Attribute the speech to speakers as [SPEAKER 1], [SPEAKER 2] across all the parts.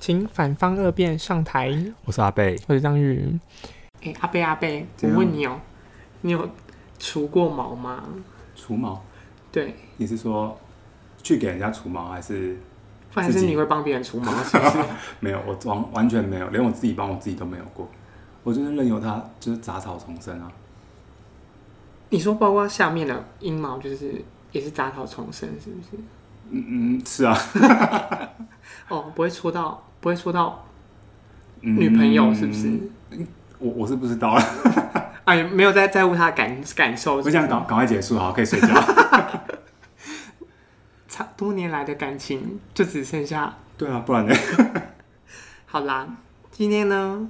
[SPEAKER 1] 请反方二辩上台。
[SPEAKER 2] 我是阿贝，
[SPEAKER 1] 我是张宇。哎、阿贝阿贝，我
[SPEAKER 2] 怎样
[SPEAKER 1] 问你哦、你有除过毛吗？
[SPEAKER 2] 除毛，
[SPEAKER 1] 对，
[SPEAKER 2] 你是说去给人家除毛，还是
[SPEAKER 1] 不然
[SPEAKER 2] 自
[SPEAKER 1] 是
[SPEAKER 2] 己
[SPEAKER 1] 你会帮别人除毛，是不是？
[SPEAKER 2] 没有？我完完全没有，连我自己帮我自己都没有过。我就是任由它就是杂草丛生啊。
[SPEAKER 1] 你说包括下面的阴毛，就是也是杂草丛生，是不是？
[SPEAKER 2] 嗯嗯，是啊，
[SPEAKER 1] 哦，不会戳到，不会戳到
[SPEAKER 2] 嗯
[SPEAKER 1] 女朋友，是不是？
[SPEAKER 2] 我我是不知道了，啊
[SPEAKER 1] 哎，没有在在乎她的感感受是不是
[SPEAKER 2] 我想赶赶快结束，好，可以睡觉。
[SPEAKER 1] 长多年来的感情就只剩下
[SPEAKER 2] 对啊，不然呢？
[SPEAKER 1] 好啦。今天呢，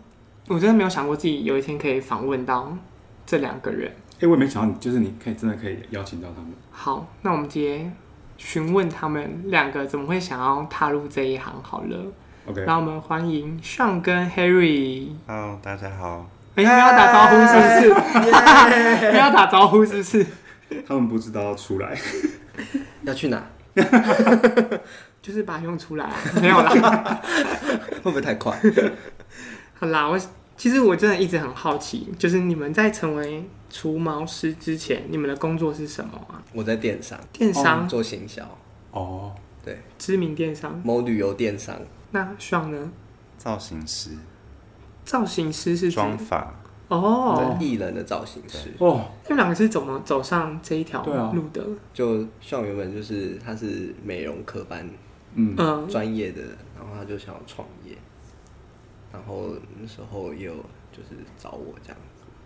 [SPEAKER 1] 我真的没有想过自己有一天可以访问到这两个人。
[SPEAKER 2] 哎、我也没想到你，就是你可以真的可以邀请到他们。
[SPEAKER 1] 好，那我们直接询问他们两个怎么会想要踏入这一行好了。
[SPEAKER 2] OK，
[SPEAKER 1] 让我们欢迎尚跟 Harry。
[SPEAKER 3] Hello，大家好。
[SPEAKER 1] 哎、没有打招呼是不是？ 没有打招呼是不是？
[SPEAKER 2] 他们不知道要出 来，
[SPEAKER 4] 要去哪？
[SPEAKER 1] 就是把它用出来，啊 没有啦。
[SPEAKER 4] 会不会太快？
[SPEAKER 1] 好啦，我其实我真的一直很好奇，就是你们在成为除毛师之前，你们的工作是什么啊？
[SPEAKER 4] 我在电商
[SPEAKER 1] 电商，
[SPEAKER 4] 做行销，
[SPEAKER 2] 哦，
[SPEAKER 4] 对，
[SPEAKER 1] 知名电商。
[SPEAKER 4] 某旅游电商，
[SPEAKER 1] 那尚呢？
[SPEAKER 3] 造型师、
[SPEAKER 1] 造型师是指
[SPEAKER 3] 妆发，
[SPEAKER 1] 哦，
[SPEAKER 4] 艺人的造型师。
[SPEAKER 2] 哦，
[SPEAKER 1] 你们两个是怎么走上这一条
[SPEAKER 2] 对啊
[SPEAKER 1] 路的？
[SPEAKER 4] 就像原本就是他是美容科班
[SPEAKER 2] 嗯，
[SPEAKER 1] 嗯，
[SPEAKER 4] 专业的，然后他就想要创业，然后那时候也有就是找我这样，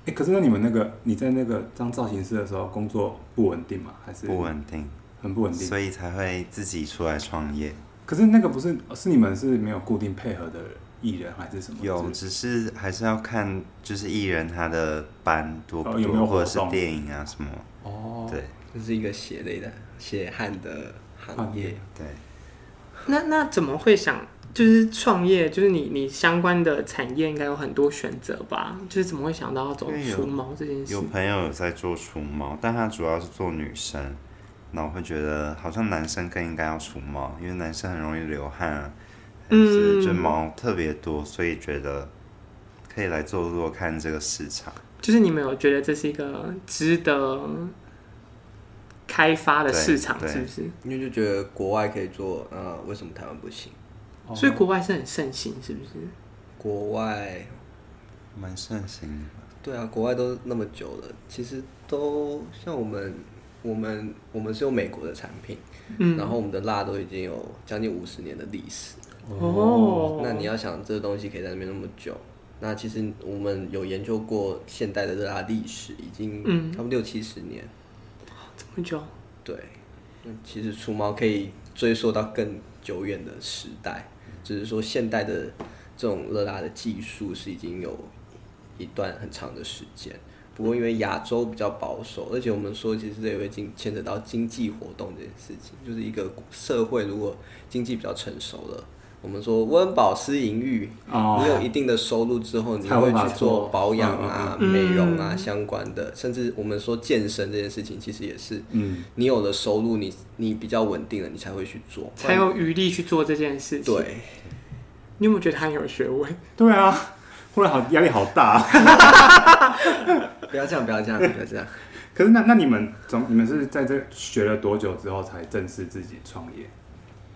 [SPEAKER 2] 哎、可是那你们那个你在那个当造型师的时候，工作不稳定吗？还是
[SPEAKER 3] 不稳定，
[SPEAKER 2] 很不稳定？
[SPEAKER 3] 所以才会自己出来创业。
[SPEAKER 2] 可是那个不是是你们是没有固定配合的艺人还是什么？
[SPEAKER 3] 有，只是还是要看，就是艺人他的班多不
[SPEAKER 2] 哦
[SPEAKER 3] 多，
[SPEAKER 2] 有没有活
[SPEAKER 3] 或者
[SPEAKER 2] 动
[SPEAKER 3] 是电影啊什么。
[SPEAKER 2] 哦，
[SPEAKER 3] 对
[SPEAKER 4] 这是一个血泪的血汗的行业。
[SPEAKER 3] 对，
[SPEAKER 1] 那那怎么会想就是创业？就是你你相关的产业应该有很多选择吧？就是怎么会想到要走
[SPEAKER 3] 因为有
[SPEAKER 1] 除毛这件事
[SPEAKER 3] 有？朋友有在做除毛，但他主要是做女生。那我会觉得好像男生更应该要除毛，因为男生很容易流汗啊，还是就
[SPEAKER 1] 嗯
[SPEAKER 3] 毛特别多，所以觉得可以来做做看这个市场。
[SPEAKER 1] 就是你们有觉得这是一个值得开发的市场，
[SPEAKER 3] 对对
[SPEAKER 1] 是不是？
[SPEAKER 4] 因为就觉得国外可以做，呃，为什么台湾不行？
[SPEAKER 2] 哦
[SPEAKER 1] 所以国外是很盛行，是不是？
[SPEAKER 4] 国外
[SPEAKER 3] 蛮盛行的，
[SPEAKER 4] 对啊，国外都那么久了，其实都像我们，我们我们是用美国的产品，
[SPEAKER 1] 嗯，
[SPEAKER 4] 然后我们的辣都已经有将近五十年的历史。
[SPEAKER 1] 哦，
[SPEAKER 4] 那你要想这个东西可以在那边那么久，那其实我们有研究过现代的热辣历史，已经
[SPEAKER 1] 嗯
[SPEAKER 4] 差不多六七十年。
[SPEAKER 1] 这么久，
[SPEAKER 4] 对，那其实除毛可以追溯到更久远的时代，只是说现代的这种热辣的技术是已经有一段很长的时间。不过因为亚洲比较保守，而且我们说其实这也会经牵扯到经济活动这件事情，就是一个社会如果经济比较成熟了。我们说温饱思淫欲，
[SPEAKER 2] 哦
[SPEAKER 4] 你有一定的收入之后，你
[SPEAKER 2] 才有
[SPEAKER 4] 会
[SPEAKER 2] 办法
[SPEAKER 4] 去做
[SPEAKER 2] 做
[SPEAKER 4] 保养
[SPEAKER 2] 嗯嗯
[SPEAKER 4] 啊、
[SPEAKER 1] 嗯
[SPEAKER 4] 美容啊相关的，甚至我们说健身这件事情，其实也是
[SPEAKER 2] 嗯，
[SPEAKER 4] 你有了收入，你你比较稳定了，你才会去做。
[SPEAKER 1] 才有余力去做这件事情。，
[SPEAKER 4] 对，
[SPEAKER 1] 你有没有觉得他很有学问？
[SPEAKER 2] 对啊，忽然好压力好大。啊
[SPEAKER 4] 不要这样，不要这样，不要这 样。
[SPEAKER 2] 可是那那你们从你们是在这学了多久之后才正式自己创业？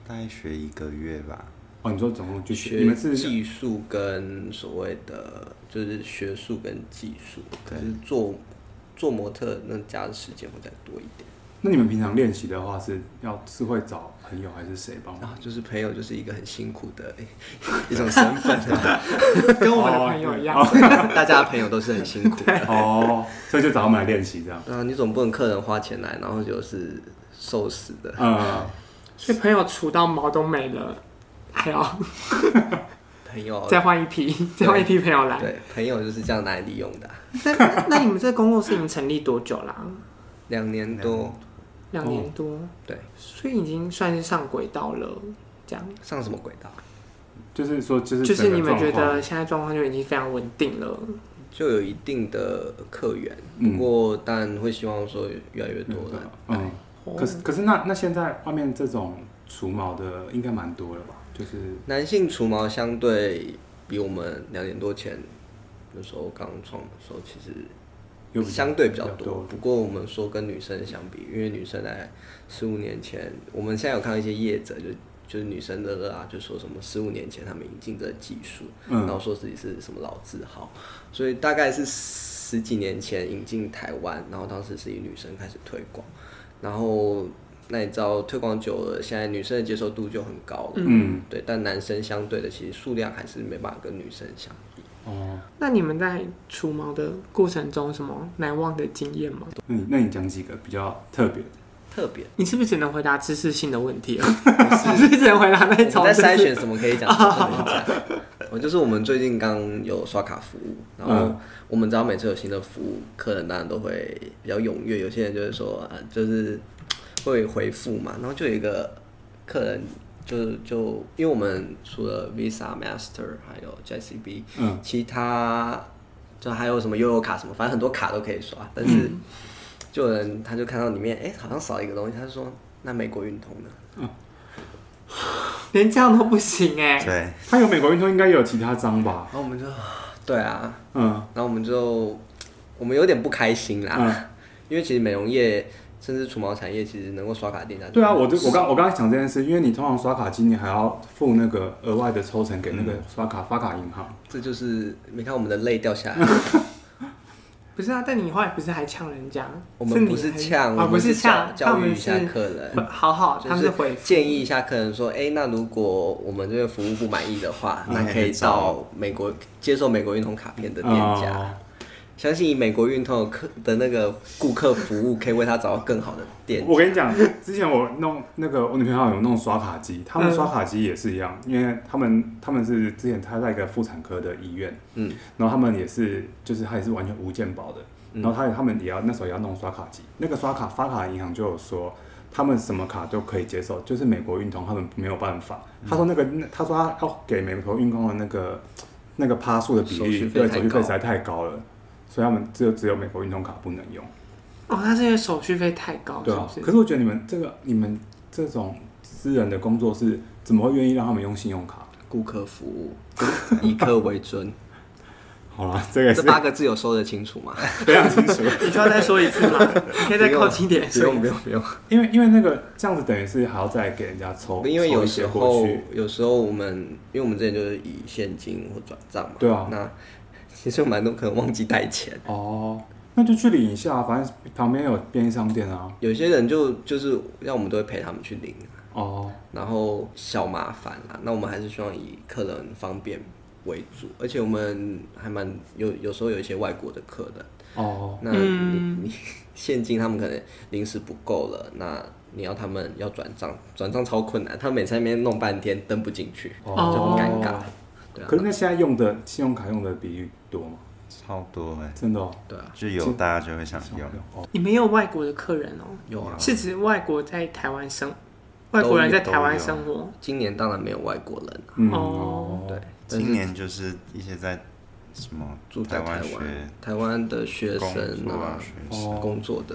[SPEAKER 3] 大概学一个月吧。
[SPEAKER 2] 哦，你说总共就学，
[SPEAKER 4] 学
[SPEAKER 2] 你们是
[SPEAKER 4] 技术跟所谓的就是学术跟技术，可
[SPEAKER 3] 对
[SPEAKER 4] 是做做模特那加的时间会再多一点。
[SPEAKER 2] 那你们平常练习的话是要是会找朋友还是谁帮
[SPEAKER 4] 然
[SPEAKER 2] 忙？
[SPEAKER 4] 后啊就是朋友，就是一个很辛苦的哎 一种身份啊。 哦
[SPEAKER 1] 跟我的朋友一样，
[SPEAKER 4] 大家的朋友都是很辛苦的。
[SPEAKER 2] 哦，所以就找他们来练习这样。
[SPEAKER 4] 嗯、你总不能客人花钱来，然后就是受死的。
[SPEAKER 2] 嗯，
[SPEAKER 1] 所以朋友除到毛都没了，还要
[SPEAKER 4] 朋友
[SPEAKER 1] 再换一批，再换一批朋友来。
[SPEAKER 4] 哦对朋友就是这样来利用的啊、
[SPEAKER 1] 那 那那你们这个工作室已经成立多久啦、
[SPEAKER 4] 两年多，
[SPEAKER 1] 两年多，
[SPEAKER 4] 对，
[SPEAKER 1] 所以已经算是上轨道了。这样
[SPEAKER 4] 上什么轨道？
[SPEAKER 2] 就是说就是
[SPEAKER 1] 就是
[SPEAKER 2] 整个
[SPEAKER 1] 你们觉
[SPEAKER 2] 状况
[SPEAKER 1] 得现在状况就已经非常稳定了。
[SPEAKER 4] 就有一定的客源，
[SPEAKER 2] 嗯
[SPEAKER 4] 不过当然会希望说越来越多的。
[SPEAKER 2] 嗯
[SPEAKER 1] 哦
[SPEAKER 2] 嗯，可是可是那那现在外面这种除毛的应该蛮多了吧？就是
[SPEAKER 4] 男性除毛相对比我们两年多前那时候刚创的时候，其实
[SPEAKER 2] 有比较
[SPEAKER 4] 相对比较
[SPEAKER 2] 比较
[SPEAKER 4] 多
[SPEAKER 2] 多。
[SPEAKER 4] 不过我们说跟女生相比，因为女生在十五年前，我们现在有看到一些业者就。就是女生的啦，就说什么十五年前他们引进的技术，
[SPEAKER 2] 嗯
[SPEAKER 4] 然后说自己是什么老字号，所以大概是十几年前引进台湾，然后当时是以女生开始推广，然后那你知道推广久了，现在女生的接受度就很高了，
[SPEAKER 2] 嗯
[SPEAKER 4] 对，但男生相对的其实数量还是没办法跟女生相比。
[SPEAKER 2] 哦，
[SPEAKER 1] 那你们在除毛的过程中有什么难忘的经验吗？
[SPEAKER 2] 嗯那你那你讲几个比较特别的？
[SPEAKER 4] 特别，
[SPEAKER 1] 你是不是只能回答知识性的问 题啊？你是不是只能回答那
[SPEAKER 4] 我
[SPEAKER 1] 种？就
[SPEAKER 4] 们在
[SPEAKER 1] 是
[SPEAKER 4] 筛选什么可 以讲，什么不能讲。我就是我们最近刚有刷卡服务，然后
[SPEAKER 2] 嗯
[SPEAKER 4] 我们只要每次有新的服务，客人当然都会比较踊跃。有些人就是说，呃，就是会回复嘛，然后就有一个客人就就因为我们除了 Visa、Master 还有 JCB，
[SPEAKER 2] 嗯
[SPEAKER 4] 其他就还有什么悠游卡什么，反正很多卡都可以刷，但是
[SPEAKER 2] 嗯
[SPEAKER 4] 就有人他就看到里面，哎、好像少一个东西，他就说那美国运通呢？
[SPEAKER 1] 连这样都不行哎、
[SPEAKER 3] 对，
[SPEAKER 2] 它有美国运通，应该也有其他章吧？
[SPEAKER 4] 然后我们就对啊，
[SPEAKER 2] 嗯
[SPEAKER 4] 然后我们就我们有点不开心啦，
[SPEAKER 2] 嗯，
[SPEAKER 4] 因为其实美容业甚至除毛产业，其实能够刷卡的店家
[SPEAKER 2] 对啊，我就我刚我刚刚讲这件事，因为你通常刷卡机，你还要付那个额外的抽成给那
[SPEAKER 4] 嗯
[SPEAKER 2] 个刷卡发卡银行。
[SPEAKER 4] 这就是你看我们的泪 掉下来，
[SPEAKER 1] 不是啊，但你后来不是还呛人家？
[SPEAKER 4] 我们
[SPEAKER 1] 你
[SPEAKER 4] 不是
[SPEAKER 1] 还
[SPEAKER 4] 呛，
[SPEAKER 1] 啊，
[SPEAKER 4] 我
[SPEAKER 1] 不
[SPEAKER 4] 们
[SPEAKER 1] 是
[SPEAKER 4] 教
[SPEAKER 1] 呛，他
[SPEAKER 4] 教育
[SPEAKER 1] 们
[SPEAKER 4] 一
[SPEAKER 1] 是
[SPEAKER 4] 下客人。
[SPEAKER 1] 好好，他
[SPEAKER 4] 就
[SPEAKER 1] 们
[SPEAKER 4] 是
[SPEAKER 1] 是回
[SPEAKER 4] 建议一下客人说，哎、那如果我们这边服务不满意 的话，
[SPEAKER 3] 那
[SPEAKER 4] 那
[SPEAKER 3] 可
[SPEAKER 4] 可
[SPEAKER 3] 以
[SPEAKER 4] 以到美国接受美国运通卡片的店家。
[SPEAKER 2] 哦
[SPEAKER 4] 相信以美国运通的客的那个顾客服务，可以为他找到更好的店。
[SPEAKER 2] 我跟你讲，之前我弄那个我女朋友有弄刷卡机，他
[SPEAKER 4] 嗯
[SPEAKER 2] 们刷卡机也是一样，因为他们他们是之前她在一个妇产科的医院，
[SPEAKER 4] 嗯，
[SPEAKER 2] 然后他们也是就是他也是完全无健保的，
[SPEAKER 4] 嗯
[SPEAKER 2] 然后他他们也要那时候也要弄刷卡机，那个刷卡发卡银行就有说。他们什么卡都可以接受，就是美国运通他们没有办法。
[SPEAKER 4] 嗯
[SPEAKER 2] 他说那个，那他说他要给美国运通的那个那个趴数的比
[SPEAKER 4] 手续
[SPEAKER 2] 例，
[SPEAKER 4] 费
[SPEAKER 2] 对
[SPEAKER 4] 太
[SPEAKER 2] 手续费
[SPEAKER 4] 高
[SPEAKER 2] 实在太高了，所以他们只有只有美国运通卡不能用。
[SPEAKER 1] 哦，他是因为手续费太高，
[SPEAKER 2] 对啊，
[SPEAKER 1] 是不
[SPEAKER 2] 可
[SPEAKER 1] 是？
[SPEAKER 2] 是我觉得你们这个你们这种私人的工作室，怎么会愿意让他们用信用卡？
[SPEAKER 4] 顾客服务，以客为尊，
[SPEAKER 2] 好啦，这个也
[SPEAKER 4] 这
[SPEAKER 2] 是
[SPEAKER 4] 八个字有说得清楚吗？
[SPEAKER 2] 非常清楚，
[SPEAKER 1] 你需要再说一次吗？你 可以再哦靠近一点
[SPEAKER 4] 不
[SPEAKER 1] 说
[SPEAKER 4] 用
[SPEAKER 1] 一
[SPEAKER 4] 不
[SPEAKER 1] 次。
[SPEAKER 4] 用不用，
[SPEAKER 2] 因为因为那个这样子等于是还要再给人家抽，
[SPEAKER 4] 因为
[SPEAKER 2] 抽
[SPEAKER 4] 有
[SPEAKER 2] 一些
[SPEAKER 4] 时
[SPEAKER 2] 过
[SPEAKER 4] 候
[SPEAKER 2] 去，
[SPEAKER 4] 有时候我们因为我们之前就是以现金或转账嘛，
[SPEAKER 2] 对啊
[SPEAKER 4] 那其实有蛮多可能忘记带钱。
[SPEAKER 2] 哦，那就去领一下，反正旁边有便利商店啊。
[SPEAKER 4] 有些人就就是让我们都会陪他们去领，啊
[SPEAKER 2] 哦，
[SPEAKER 4] 然后小麻烦啦。那我们还是希望以客人方便为主，而且我们还蛮有有时候有一些外国的客人，
[SPEAKER 2] 哦，
[SPEAKER 4] 那你、你 现金他们可能临时不够了，那你要他们要转账，转账超困难，他们每次在那边弄半天登不进去，
[SPEAKER 2] 哦
[SPEAKER 4] 就很尴尬。对啊
[SPEAKER 2] 可，是那现在用的信用卡用的比例多吗？
[SPEAKER 3] 超多哎，
[SPEAKER 2] 真的哦，
[SPEAKER 4] 对啊，
[SPEAKER 3] 就有大家就会想用。
[SPEAKER 2] 哦，
[SPEAKER 1] 你没有外国的客人哦、
[SPEAKER 4] 有啊。
[SPEAKER 1] 是指外国在台湾生，外国人在台湾生活。
[SPEAKER 4] 今年当然没有外国人啊、
[SPEAKER 2] 嗯，
[SPEAKER 1] 哦
[SPEAKER 4] 对，但
[SPEAKER 3] 今
[SPEAKER 4] 是
[SPEAKER 3] 年就是一些在什么
[SPEAKER 4] 住在
[SPEAKER 3] 台
[SPEAKER 4] 台
[SPEAKER 3] 湾学
[SPEAKER 4] 湾，台湾的学
[SPEAKER 3] 工
[SPEAKER 4] 生
[SPEAKER 3] 作啊
[SPEAKER 4] 啊，
[SPEAKER 3] 学
[SPEAKER 2] 哦
[SPEAKER 3] 生，
[SPEAKER 4] 工作的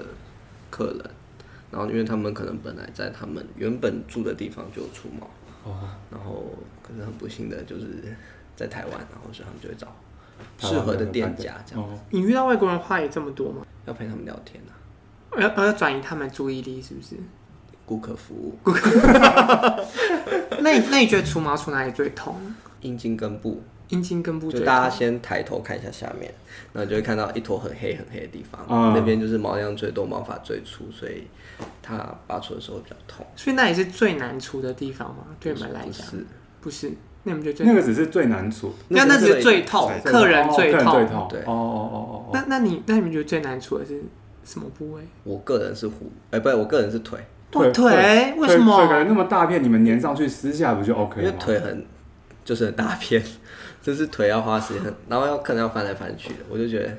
[SPEAKER 4] 客人，然后因为他们可能本来在他们原本住的地方就有除毛，
[SPEAKER 2] 哦，
[SPEAKER 4] 然后可是很不幸的就是在台湾，然后所以他们就会找
[SPEAKER 2] 台湾
[SPEAKER 4] 适合的
[SPEAKER 2] 那个
[SPEAKER 4] 店
[SPEAKER 2] 饭
[SPEAKER 4] 家这样，
[SPEAKER 2] 哦，
[SPEAKER 1] 你遇到外国人话也这么多吗？
[SPEAKER 4] 要陪他们聊天啊，
[SPEAKER 1] 要要转移他们注意力是不是？
[SPEAKER 4] 顾客服务，
[SPEAKER 1] 那你那你觉得除毛除哪里最痛？
[SPEAKER 4] 阴茎根部，
[SPEAKER 1] 阴茎根部
[SPEAKER 4] 就
[SPEAKER 1] 最
[SPEAKER 4] 大家
[SPEAKER 1] 痛。
[SPEAKER 4] 先抬头看一下下面，然后你就会看到一坨很黑很黑的地方，
[SPEAKER 2] 嗯
[SPEAKER 4] 那边就是毛量最多，毛发最粗，所以它拔出的时候比较痛。
[SPEAKER 1] 所以那也是最难除的地方吗？对你们来
[SPEAKER 4] 不
[SPEAKER 1] 讲，
[SPEAKER 4] 是，
[SPEAKER 1] 不是。那你们觉得最
[SPEAKER 2] 那个只是最难处，
[SPEAKER 1] 那那只是最痛，
[SPEAKER 3] 最痛
[SPEAKER 1] 客人最
[SPEAKER 2] 哦客人最
[SPEAKER 1] 痛。
[SPEAKER 2] 痛，
[SPEAKER 4] 对
[SPEAKER 2] 哦哦哦哦
[SPEAKER 1] 那那你那你们觉得最难除的是什么部位？
[SPEAKER 4] 我个人是虎，哎、不对，我个人是腿，
[SPEAKER 1] 哦，
[SPEAKER 2] 对
[SPEAKER 1] 腿为什
[SPEAKER 2] 腿感
[SPEAKER 1] 么？
[SPEAKER 2] 觉那么大片，你们粘上去撕下来不就 OK
[SPEAKER 4] 因
[SPEAKER 2] 了吗？
[SPEAKER 4] 为腿很就是很大片， 就是腿要花时间，然后要可能要翻来翻去的，我就觉得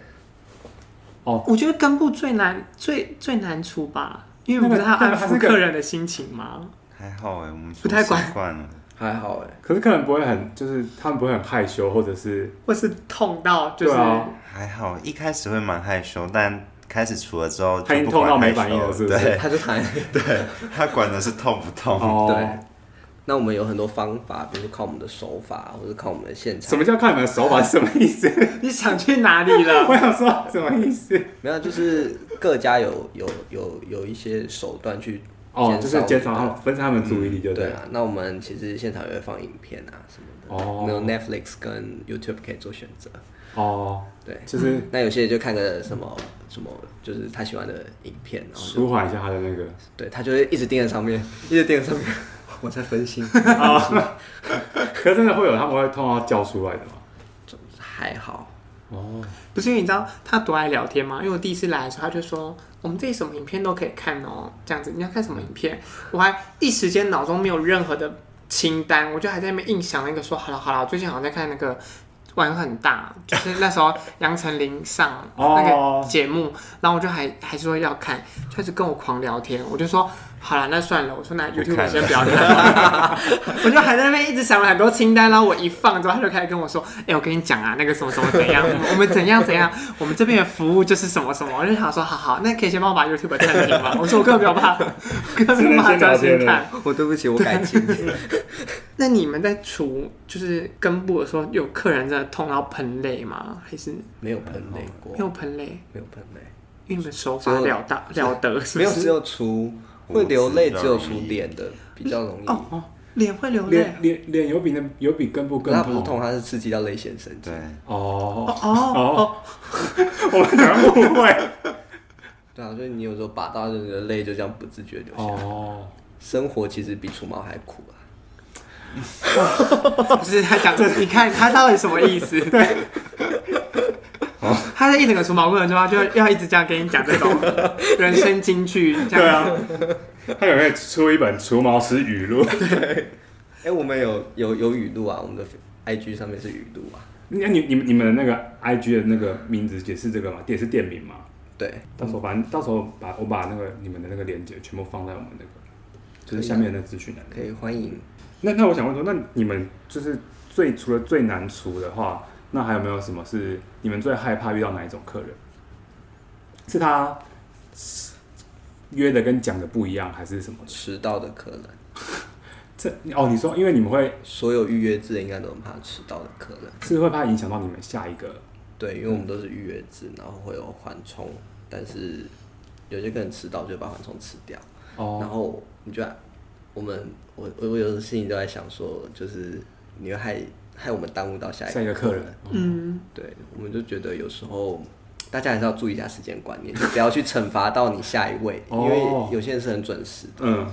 [SPEAKER 1] 我觉得根部最难最最难除吧，因为
[SPEAKER 2] 那
[SPEAKER 1] 不
[SPEAKER 2] 个
[SPEAKER 1] 是他安
[SPEAKER 2] 那个还是
[SPEAKER 1] 抚
[SPEAKER 2] 个
[SPEAKER 1] 客人的心情吗？
[SPEAKER 3] 还好哎，我们
[SPEAKER 1] 不太管
[SPEAKER 3] 习惯了，
[SPEAKER 4] 还好哎、
[SPEAKER 2] 可是客人不会很，就是他们不会很害羞，或者是
[SPEAKER 1] 或是痛到就是
[SPEAKER 2] 对啊
[SPEAKER 3] 还好一开始会蛮害羞，但开始除了之后
[SPEAKER 2] 他已经
[SPEAKER 3] 就不
[SPEAKER 2] 痛
[SPEAKER 3] 管
[SPEAKER 2] 到没
[SPEAKER 3] 害
[SPEAKER 2] 反应了，
[SPEAKER 3] 羞
[SPEAKER 2] 是不是？
[SPEAKER 4] 他就躺在
[SPEAKER 3] 对，他管的是痛不痛。
[SPEAKER 2] 哦
[SPEAKER 4] 对那我们有很多方法，比如说靠我们的手法，或者靠我们的现场
[SPEAKER 2] 什。么叫看你们的手法？什么意思？
[SPEAKER 1] 你想去哪里了？
[SPEAKER 2] 我想说什么意思？
[SPEAKER 4] 没有，啊就是各家有有有有一些手段去
[SPEAKER 2] 哦，就是减少
[SPEAKER 4] 我
[SPEAKER 2] 他
[SPEAKER 4] 们
[SPEAKER 2] 们分散他们注意力，就
[SPEAKER 4] 对
[SPEAKER 2] 对了。
[SPEAKER 4] 啊，那我们其实现场也会放影片啊什么的，
[SPEAKER 2] 哦
[SPEAKER 4] 没有 Netflix 跟 YouTube 可以做选择。
[SPEAKER 2] 哦，
[SPEAKER 4] 对，嗯
[SPEAKER 2] 就是
[SPEAKER 4] 那有些人就看个什么什么，就是他喜欢的影片，然后就
[SPEAKER 2] 舒缓一下他的那个。
[SPEAKER 4] 对他就会一直盯在上面， 一直盯在上面。我在分心，
[SPEAKER 2] 可是真的会有他们会通常叫出来的嘛？
[SPEAKER 4] 还好，
[SPEAKER 2] 哦，
[SPEAKER 1] 不是因为你知道他多爱聊天吗？因为我第一次来的时候，他就说我们这里什么影片都可以看哦，这样子你要看什么影片？我还一时间脑中没有任何的清单，我就还在那边硬想那个说好了好了，我最近好像在看那个。玩很大，就是那时候杨丞琳上那
[SPEAKER 2] 哦
[SPEAKER 1] 个节目然后我就还还说要看，就开始跟我狂聊天，我就说好了，那算了，我说那
[SPEAKER 3] 不看
[SPEAKER 1] YouTube
[SPEAKER 3] 了
[SPEAKER 1] 先不要看， 我就还在那边一直想了很多清单，然后我一放之后，他就开始跟我说，哎、我跟你讲啊，那个什么什么 怎样，我们怎样怎样，我们这边的服务就是什么什么，我就想说，好好，那可以先帮我把 YouTube 暂停 吗？我说我根本没有办法，根本没有办法专心
[SPEAKER 2] 只能先聊天
[SPEAKER 1] 看
[SPEAKER 2] 了。
[SPEAKER 4] 我对不起，我改进。
[SPEAKER 1] 那你们在除就是根部的时候，有客人真的痛到喷泪吗？还是没
[SPEAKER 4] 没有喷泪过，
[SPEAKER 1] 有喷泪？
[SPEAKER 4] 没有喷泪，
[SPEAKER 1] 因为你们手法了大了得，是
[SPEAKER 4] 没
[SPEAKER 1] 不
[SPEAKER 4] 有
[SPEAKER 1] 是？
[SPEAKER 4] 只有除会流泪，只有除脸的比较容易。
[SPEAKER 1] 哦哦，脸会流泪
[SPEAKER 2] 脸。脸脸有比那有比根部
[SPEAKER 4] 可
[SPEAKER 2] 更
[SPEAKER 4] 是它不是
[SPEAKER 2] 痛
[SPEAKER 4] 痛，它是刺激到泪腺神经
[SPEAKER 3] 对，，
[SPEAKER 1] 哦
[SPEAKER 2] 哦。
[SPEAKER 1] 哦
[SPEAKER 2] 我们可能误会。
[SPEAKER 4] 对啊，所以你有时候拔到你的泪就这样不自觉流下来。
[SPEAKER 2] 哦，
[SPEAKER 4] 生活其实比除毛还苦啊。
[SPEAKER 1] 哦，不是他讲，你看他到底什么意思？对， 他在一整个除毛过程中，他就要一直这样跟你讲这种人生金句，这
[SPEAKER 2] 对
[SPEAKER 1] 样
[SPEAKER 2] 啊，他有没有出一本除毛师语录？
[SPEAKER 4] 哎、我们有有有语录啊，我们的 IG 上面是语录啊。
[SPEAKER 2] 那你你们你们的那个 IG 的那个名字也是这个吗？也是店名吗？
[SPEAKER 4] 对，
[SPEAKER 2] 到时候反正到时候把我把那个你们的那个链接全部放在我们那个就是下面的资讯栏。
[SPEAKER 4] 可以欢迎。
[SPEAKER 2] 那那我想问说，那你们就是最除了最难除的话，那还有没有什么是你们最害怕遇到哪一种客人？是他约的跟讲的不一样，还是什么？
[SPEAKER 4] 迟到的客人，
[SPEAKER 2] 这哦，你说因为你们会
[SPEAKER 4] 所有预约制的应该都很怕迟到的客人。
[SPEAKER 2] 是会怕影响到你们下一个
[SPEAKER 4] 对，因为我们都是预约制，然后会有缓冲，但是有些客人迟到就把缓冲吃掉。
[SPEAKER 2] 哦
[SPEAKER 4] 然后你就我们我我我有的事情都在想说，就是你会害害我们耽误到下一
[SPEAKER 2] 下一个客人。
[SPEAKER 1] 嗯，
[SPEAKER 4] 对，我们就觉得有时候大家还是要注意一下时间观念，就不要去惩罚到你下一位，因为
[SPEAKER 2] 哦
[SPEAKER 4] 有些人是很准时
[SPEAKER 2] 嗯，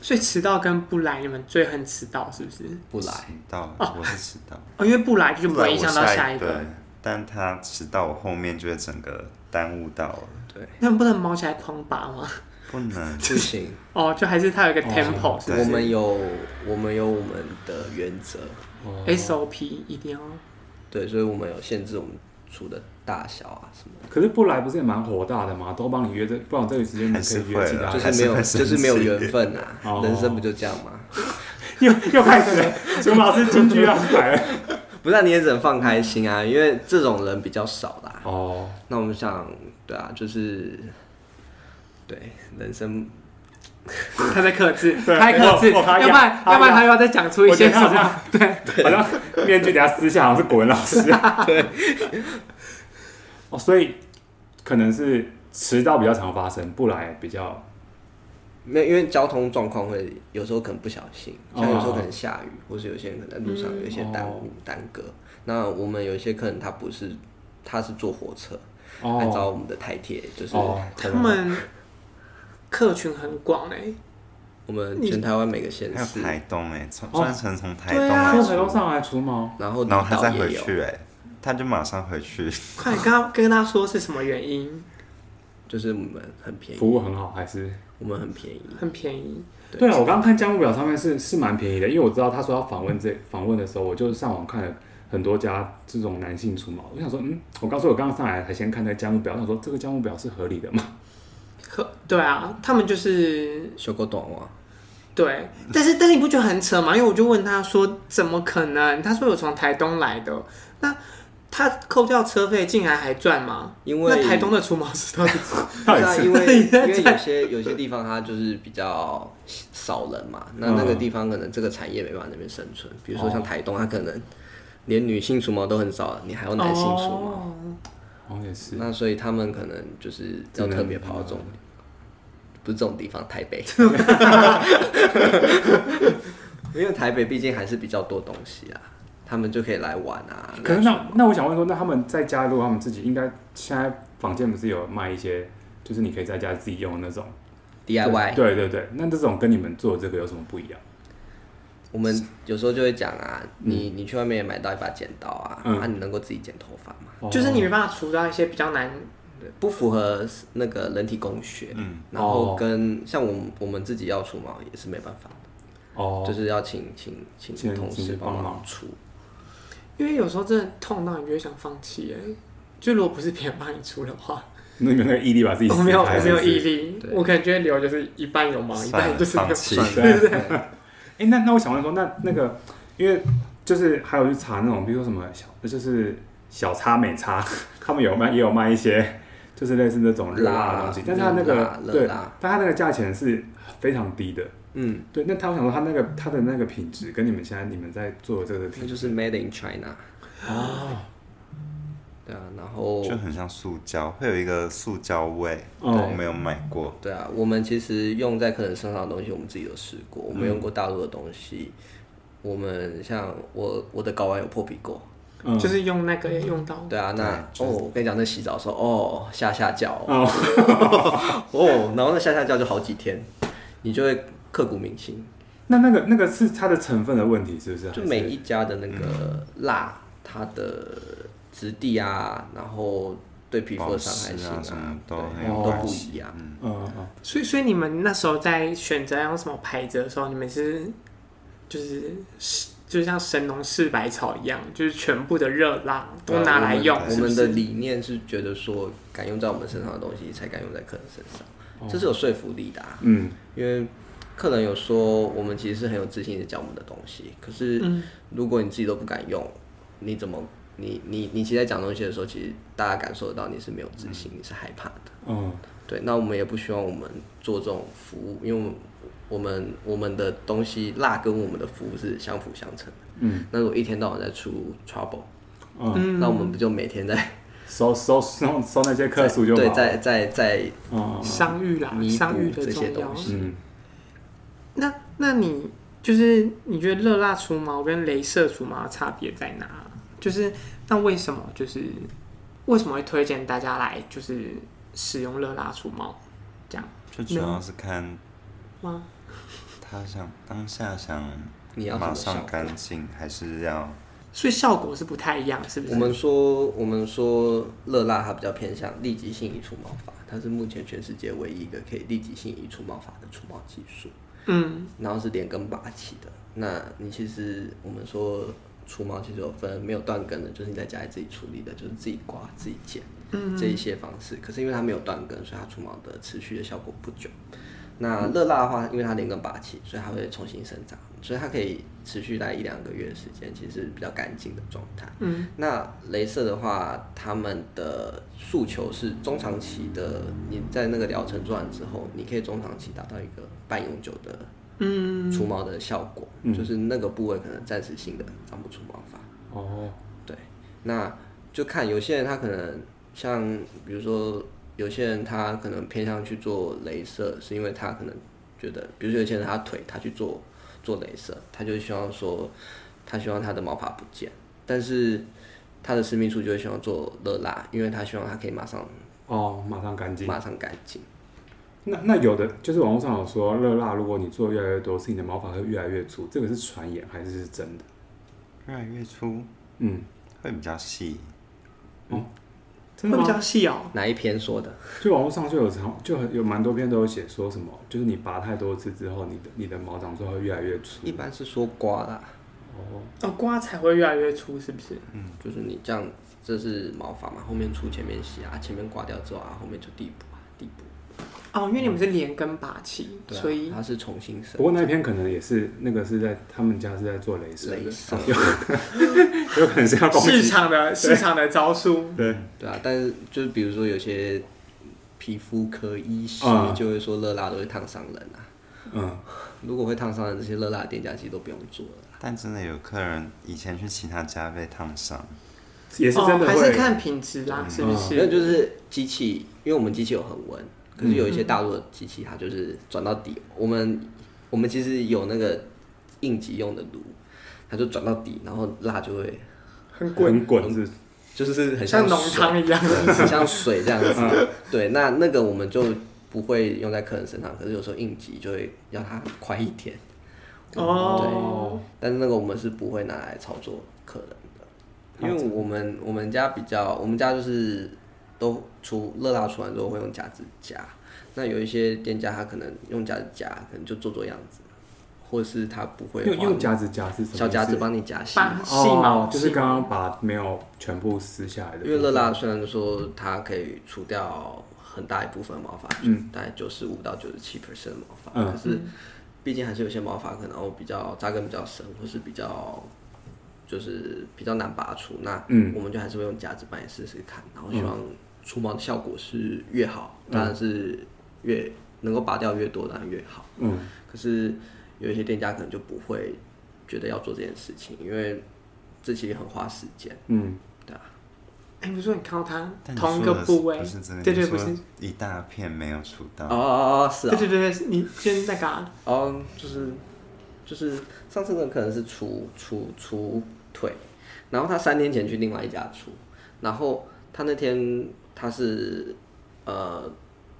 [SPEAKER 1] 所以迟到跟不来，你们最恨迟到是不是？
[SPEAKER 4] 不
[SPEAKER 3] 迟
[SPEAKER 4] 来。
[SPEAKER 3] 到，我是迟到，
[SPEAKER 1] 哦，因为不来 就不
[SPEAKER 3] 不然
[SPEAKER 1] 会
[SPEAKER 3] 我
[SPEAKER 1] 影响到
[SPEAKER 3] 下
[SPEAKER 1] 下一
[SPEAKER 3] 对
[SPEAKER 1] 个。，
[SPEAKER 3] 但他迟到，我后面就会整个耽误到了，
[SPEAKER 4] 对，
[SPEAKER 1] 那不能毛起来狂拔吗？
[SPEAKER 3] 不能。
[SPEAKER 4] 不行，
[SPEAKER 1] 哦，就还是它有一个 tempo 是不
[SPEAKER 4] 我
[SPEAKER 1] 是
[SPEAKER 4] 们有我们有我们的原则，
[SPEAKER 2] 哦，
[SPEAKER 1] ？SOP 一定要。
[SPEAKER 4] 对，所以我们有限制我们出的大小啊什么的。
[SPEAKER 2] 可是不来不是也蛮火大的吗？都帮你约这，不然我这个时间你可以约其他
[SPEAKER 4] 就
[SPEAKER 3] 还
[SPEAKER 2] 人，
[SPEAKER 4] 是啊没
[SPEAKER 3] 是
[SPEAKER 4] 有，
[SPEAKER 3] 会生
[SPEAKER 4] 就是没有
[SPEAKER 3] 气
[SPEAKER 4] 缘分啊！
[SPEAKER 2] 哦
[SPEAKER 4] 人生不就这样吗？
[SPEAKER 2] 又又开始了，除毛师金句要来了。
[SPEAKER 4] 不啊然你也只能放开心啊，因为这种人比较少啦。
[SPEAKER 2] 哦，
[SPEAKER 4] 那我们想，对啊，就是，对，人生
[SPEAKER 1] 他在克制，
[SPEAKER 2] 对
[SPEAKER 1] 他在克制，要
[SPEAKER 2] 我我
[SPEAKER 1] 不
[SPEAKER 2] 怕
[SPEAKER 1] 然
[SPEAKER 2] 压
[SPEAKER 1] 要
[SPEAKER 2] 怕
[SPEAKER 1] 不然
[SPEAKER 2] 压
[SPEAKER 1] 他又要再讲出一些什
[SPEAKER 2] 我觉得
[SPEAKER 1] 么？对，
[SPEAKER 2] 好像面具等下撕下，好像是国文老师。对。 哦，所以可能是迟到比较常发生，不来比较
[SPEAKER 4] 没有，因为交通状况会有时候可能不小心，
[SPEAKER 2] 哦哦
[SPEAKER 4] 像有时候可能下雨，或是有些人可能在路上有一些耽误耽搁。那我们有一些客人他不是，他是坐火车，
[SPEAKER 2] 哦
[SPEAKER 4] 按照我们的台铁，就是
[SPEAKER 2] 哦，
[SPEAKER 1] 他们客群很广哎，
[SPEAKER 4] 我们全台湾每个县
[SPEAKER 3] 还有
[SPEAKER 4] 市，
[SPEAKER 3] 台东哎、欸，从
[SPEAKER 2] 哦
[SPEAKER 3] 专程从台东
[SPEAKER 1] 对
[SPEAKER 3] 来
[SPEAKER 1] 啊
[SPEAKER 2] 从
[SPEAKER 3] 出，
[SPEAKER 2] 台东上来除毛，
[SPEAKER 4] 然后离
[SPEAKER 3] 然后他
[SPEAKER 4] 岛
[SPEAKER 3] 再
[SPEAKER 4] 也
[SPEAKER 3] 回
[SPEAKER 4] 有，
[SPEAKER 3] 去哎、他就马上回去。
[SPEAKER 1] 快跟他跟他说是什么原因？
[SPEAKER 4] 就是我们很便宜，
[SPEAKER 2] 服务很好还是？
[SPEAKER 4] 我们很便宜，
[SPEAKER 1] 很便宜，
[SPEAKER 4] 对
[SPEAKER 2] 对啊，我刚刚看价目表上面是是蛮便宜的，因为我知道他说要访问这访问的时候，我就上网看了很多家这种男性除毛，我想说，嗯，我刚说我刚刚上来才先看那个价目表，我想说这个价目表是合理的吗？
[SPEAKER 1] 可对啊，他们就是
[SPEAKER 4] 修过短袜。
[SPEAKER 1] 对，但是但是你不觉得很扯吗？因为我就问他说，怎么可能？他说有从台东来的，那。他扣掉车费，竟然还赚吗？
[SPEAKER 4] 因为
[SPEAKER 1] 那台东的除毛师到底
[SPEAKER 4] 不是啊，因为
[SPEAKER 1] 对
[SPEAKER 4] 因
[SPEAKER 1] 在
[SPEAKER 4] 为有些有些地方它就是比较少人嘛，那那个地方可能这个产业没办法那边生存。比如说像台东，它可能连女性除毛都很少，你还要男性除毛，
[SPEAKER 1] 哦
[SPEAKER 2] 哦，也是，
[SPEAKER 4] 那所以他们可能就是要特别跑到这种，不是这种地方，台北。因为台北毕竟还是比较多东西啊，他们就可以来玩啊。
[SPEAKER 2] 可是那那我想问说，那他们在家如果他们自己应该现在房间不是有卖一些，就是你可以在家自己用的那种
[SPEAKER 4] DIY，
[SPEAKER 2] 对对对，那这种跟你们做的这个有什么不一样？
[SPEAKER 4] 我们有时候就会讲啊，你你去外面也买到一把剪刀啊，那、
[SPEAKER 2] 嗯
[SPEAKER 4] 啊、你能够自己剪头发吗？
[SPEAKER 1] 哦就是你没办法除到一些比较难，
[SPEAKER 4] 不符合那个人体工学，
[SPEAKER 3] 嗯
[SPEAKER 4] 然后跟像我们我们自己要除毛也是没办法的，
[SPEAKER 2] 哦，
[SPEAKER 4] 就是要请请
[SPEAKER 2] 请
[SPEAKER 4] 请
[SPEAKER 2] 人
[SPEAKER 4] 同
[SPEAKER 2] 请
[SPEAKER 4] 事
[SPEAKER 2] 人帮
[SPEAKER 4] 帮忙
[SPEAKER 2] 忙
[SPEAKER 4] 除。
[SPEAKER 1] 因为有时候真的痛到你就会想放弃哎。就如果不是别人帮你除的话，
[SPEAKER 2] 那你们那个毅力把自己
[SPEAKER 1] 我
[SPEAKER 2] 撕
[SPEAKER 1] 没有，我
[SPEAKER 2] 开
[SPEAKER 1] 没有
[SPEAKER 2] 是不是
[SPEAKER 1] 毅力
[SPEAKER 4] 对，
[SPEAKER 1] 我可能觉得留就是一半有毛，一
[SPEAKER 3] 算
[SPEAKER 1] 半
[SPEAKER 3] 了，
[SPEAKER 1] 就是没
[SPEAKER 3] 放
[SPEAKER 1] 有。
[SPEAKER 3] 弃。
[SPEAKER 2] 对对对。哎、那那我想问说，那那个，因为就是还有去查那种，比如说什么小，就是小叉美叉，他们有卖也有卖一些，就是类似那种热辣的东西
[SPEAKER 4] 辣，
[SPEAKER 2] 但是它那
[SPEAKER 4] 热辣
[SPEAKER 2] 个
[SPEAKER 4] 热
[SPEAKER 2] 对
[SPEAKER 4] 辣，
[SPEAKER 2] 但它那个价钱是非常低的。
[SPEAKER 4] 嗯，
[SPEAKER 2] 对，那他我想说，他那个他的那个品质跟你们现在你们在做的这个
[SPEAKER 4] 那
[SPEAKER 2] 品质
[SPEAKER 4] 就是 Made in China，
[SPEAKER 2] 哦
[SPEAKER 4] 对啊，然后
[SPEAKER 3] 就很像塑胶，会有一个塑胶味。
[SPEAKER 2] 哦
[SPEAKER 3] 我没有买过，
[SPEAKER 4] 对啊，我们其实用在客人身上的东西，我们自己有试过，我们用过大陆的东西，我们像我我的睾丸有破皮过，
[SPEAKER 2] 嗯
[SPEAKER 1] 就是用那个也用到，
[SPEAKER 4] 对啊，那
[SPEAKER 3] 对
[SPEAKER 4] 哦，我跟你讲，那洗澡的时候哦，下下脚
[SPEAKER 2] 哦
[SPEAKER 4] 哦， 哦，然后那下下脚就好几天，你就会刻骨铭心。
[SPEAKER 2] 那那个那个是它的成分的问题，是不是？还
[SPEAKER 4] 就
[SPEAKER 2] 是
[SPEAKER 4] 每一家的那
[SPEAKER 3] 嗯
[SPEAKER 4] 个辣，它的质地啊，然后对皮肤的伤害性
[SPEAKER 3] 保湿啊什么都
[SPEAKER 4] 对
[SPEAKER 3] 很
[SPEAKER 2] 有
[SPEAKER 4] 都
[SPEAKER 2] 关
[SPEAKER 4] 不
[SPEAKER 3] 系
[SPEAKER 4] 一样。
[SPEAKER 2] 嗯嗯嗯
[SPEAKER 1] 所以所以你们那时候在选择要用什么牌子的时候，你们是就是就像神农氏百草一样，就是全部的热浪都拿来用
[SPEAKER 4] 我，们
[SPEAKER 1] 是
[SPEAKER 4] 我
[SPEAKER 1] 不
[SPEAKER 4] 们的
[SPEAKER 1] 是？
[SPEAKER 4] 理念是觉得说，敢用在我们身上的东西，才敢用在客人身
[SPEAKER 3] 哦
[SPEAKER 4] 上，这是有说服力的、啊。
[SPEAKER 2] 嗯，
[SPEAKER 4] 因为客人有说我们其实是很有自信的讲我们的东西，可是如果你自己都不敢用，你怎么你你你其实在讲东西的时候，其实大家感受得到你是没有自信，你是害怕的。
[SPEAKER 2] 嗯，
[SPEAKER 4] 对，那我们也不希望我们做这种服务，因为我们我们我们的东西辣跟我们的服务是相辅相成的。
[SPEAKER 2] 嗯，
[SPEAKER 4] 那如果一天到晚在出 trouble，、
[SPEAKER 2] 嗯，
[SPEAKER 1] 嗯，
[SPEAKER 4] 那我们不就每天在
[SPEAKER 2] 收收收收那些客数就好
[SPEAKER 4] 对
[SPEAKER 2] 了，
[SPEAKER 4] 在在在
[SPEAKER 2] 嗯，
[SPEAKER 1] 商誉啦，
[SPEAKER 4] 弥补
[SPEAKER 1] 商誉的
[SPEAKER 4] 这些
[SPEAKER 1] 重要
[SPEAKER 4] 东。西
[SPEAKER 2] 嗯
[SPEAKER 1] 那那你就是你觉得热蜡除毛跟镭射除毛的差别在哪？就是那为什么就是为什么会推荐大家来就是使用热蜡除毛这样
[SPEAKER 3] 就主要是看
[SPEAKER 1] 吗？
[SPEAKER 3] 他想当下想
[SPEAKER 4] 你要什
[SPEAKER 3] 马
[SPEAKER 4] 么效
[SPEAKER 3] 上
[SPEAKER 4] 果？
[SPEAKER 3] 干净，还是要
[SPEAKER 1] 所以效果是不太一样，是不
[SPEAKER 4] 我
[SPEAKER 1] 是？
[SPEAKER 4] 们说我们说热辣它比较偏向立即性移除毛发，它是目前全世界唯一一个可以立即性移除毛发的除毛技术。
[SPEAKER 1] 嗯，
[SPEAKER 4] 然后是连根拔起的。那你其实我们说除毛其实有分没有断根的，就是你在家里自己处理的，就是自己刮、自己剪，嗯，这一些方式。可是因为它没有断根，所以它除毛的持续的效果不久。那热辣的话，因为它连根拔起，所以它会重新生长，所以它可以持续在一两个月的时间，其实是比较干净的状态。嗯，那镭射的话，他们的诉求是中长期的，你在那个疗程做完之后，你可以中长期达到一个半永久的除毛的效果，就是那个部位可能暂时性的长不出毛发。
[SPEAKER 2] 哦，
[SPEAKER 4] 对，那就看有些人他可能像比如说有些人他可能偏向去做镭射，是因为他可能觉得，比如说有些人他腿他去做做镭射，他就希望说他希望他的毛发不见，但是他的私密处就会希望做热蜡，因为他希望他可以马上
[SPEAKER 2] 哦，马上干净。
[SPEAKER 4] 马上干净。
[SPEAKER 2] 那那有的就是网络上有说热辣，如果你做越来越多次，你的毛发会越来越粗，这个是传言还是是真的？
[SPEAKER 3] 越来越粗，
[SPEAKER 2] 嗯，
[SPEAKER 3] 会比较细？
[SPEAKER 2] 真
[SPEAKER 1] 会
[SPEAKER 2] 的
[SPEAKER 1] 比
[SPEAKER 2] 吗？
[SPEAKER 1] 较细哦、
[SPEAKER 4] 哪一篇说的？
[SPEAKER 2] 就网络上就有常就很有蛮多篇都有写说什么，就是你拔太多次之后，你的你的毛长出来会越来越粗
[SPEAKER 4] 一。般是说刮啦。
[SPEAKER 2] 哦，
[SPEAKER 1] 哦，刮才会越来越粗，是不是？
[SPEAKER 2] 嗯
[SPEAKER 4] 就是你这样，这是毛发嘛，后面粗前面细啊，前面刮掉之后啊，后面就地补啊，地补。
[SPEAKER 1] 哦，因为你们是连根拔起，
[SPEAKER 4] 对啊
[SPEAKER 1] 嗯所以
[SPEAKER 4] 它是重新生
[SPEAKER 2] 不。过那一篇可能也是那个是在他们家是在做镭射
[SPEAKER 4] 镭
[SPEAKER 2] 的，
[SPEAKER 4] 射，
[SPEAKER 2] 有可能是要攻
[SPEAKER 1] 市
[SPEAKER 2] 击。
[SPEAKER 1] 场的市场的招数，
[SPEAKER 2] 对，
[SPEAKER 4] 对啊，但是就是比如说有些皮肤科医师
[SPEAKER 2] 啊
[SPEAKER 4] 就会说热辣都会烫伤人啊，
[SPEAKER 2] 嗯，
[SPEAKER 4] 如果会烫伤人，这些热辣的店家其实都不用做了。
[SPEAKER 3] 但真的有客人以前去其他家被烫伤，
[SPEAKER 2] 也是真
[SPEAKER 1] 哦
[SPEAKER 2] 的
[SPEAKER 1] 还是
[SPEAKER 2] 会。
[SPEAKER 1] 看品质啦，是不
[SPEAKER 2] 嗯
[SPEAKER 4] 那
[SPEAKER 3] 嗯
[SPEAKER 1] 是？
[SPEAKER 4] 就是机器，因为我们机器有恒温，可是有一些大陆的机器它就是转到底，我们我们其实有那个应急用的炉，它就转到底，然后辣就会
[SPEAKER 1] 很滚，
[SPEAKER 2] 滚滚是
[SPEAKER 4] 就是很
[SPEAKER 1] 像浓
[SPEAKER 4] 水
[SPEAKER 1] 汤一 样。
[SPEAKER 4] 很
[SPEAKER 2] 嗯
[SPEAKER 4] 像水这 样子。对，那那个我们就不会用在客人身上，可是有时候应急就会要它快一点。
[SPEAKER 1] 哦，
[SPEAKER 4] 但是那个我们是不会拿来操作客人的，因为我们我们家比较，我们家就是都除热辣除完之后会用夹子夹，那有一些店家他可能用夹子夹，可能就做做样子，或是他不会
[SPEAKER 2] 用
[SPEAKER 4] 画
[SPEAKER 2] 用夹子夹是什么意思？
[SPEAKER 4] 小夹子帮你夹细。
[SPEAKER 1] 把细毛
[SPEAKER 2] 哦，就是
[SPEAKER 1] 细毛
[SPEAKER 2] 刚刚把没有全部撕下来的部分，
[SPEAKER 4] 因为热辣虽然说它可以除掉很大一部分的毛发，嗯，大概九十五到九十七 percent 的毛发，
[SPEAKER 2] 嗯
[SPEAKER 4] 可是毕竟还是有些毛发可能哦比较扎根比较深，或是比较就是比较难拔除，那
[SPEAKER 2] 嗯
[SPEAKER 4] 我们就还是会用夹子帮你试试看，然后希望除毛的效果是越好，当然是越能够拔掉越多，当然越好。
[SPEAKER 2] 嗯，
[SPEAKER 4] 可是有一些店家可能就不会觉得要做这件事情，因为这其实很花时间，
[SPEAKER 2] 嗯
[SPEAKER 4] 对啊。
[SPEAKER 1] 哎，不是说你看到它
[SPEAKER 3] 但你
[SPEAKER 1] 同一
[SPEAKER 3] 说
[SPEAKER 1] 个
[SPEAKER 3] 的是
[SPEAKER 1] 部位
[SPEAKER 3] 不是这个，，
[SPEAKER 1] 对对，
[SPEAKER 3] 你
[SPEAKER 1] 不
[SPEAKER 3] 说
[SPEAKER 1] 是，
[SPEAKER 3] 一大片没有除
[SPEAKER 4] 哦
[SPEAKER 3] 到，
[SPEAKER 4] 哦哦，是啊
[SPEAKER 1] 对，对对对，你先那个啊
[SPEAKER 4] 哦，就是就是上次那个可能是除除除腿，然后他三天前去另外一家除，然后他那天他是呃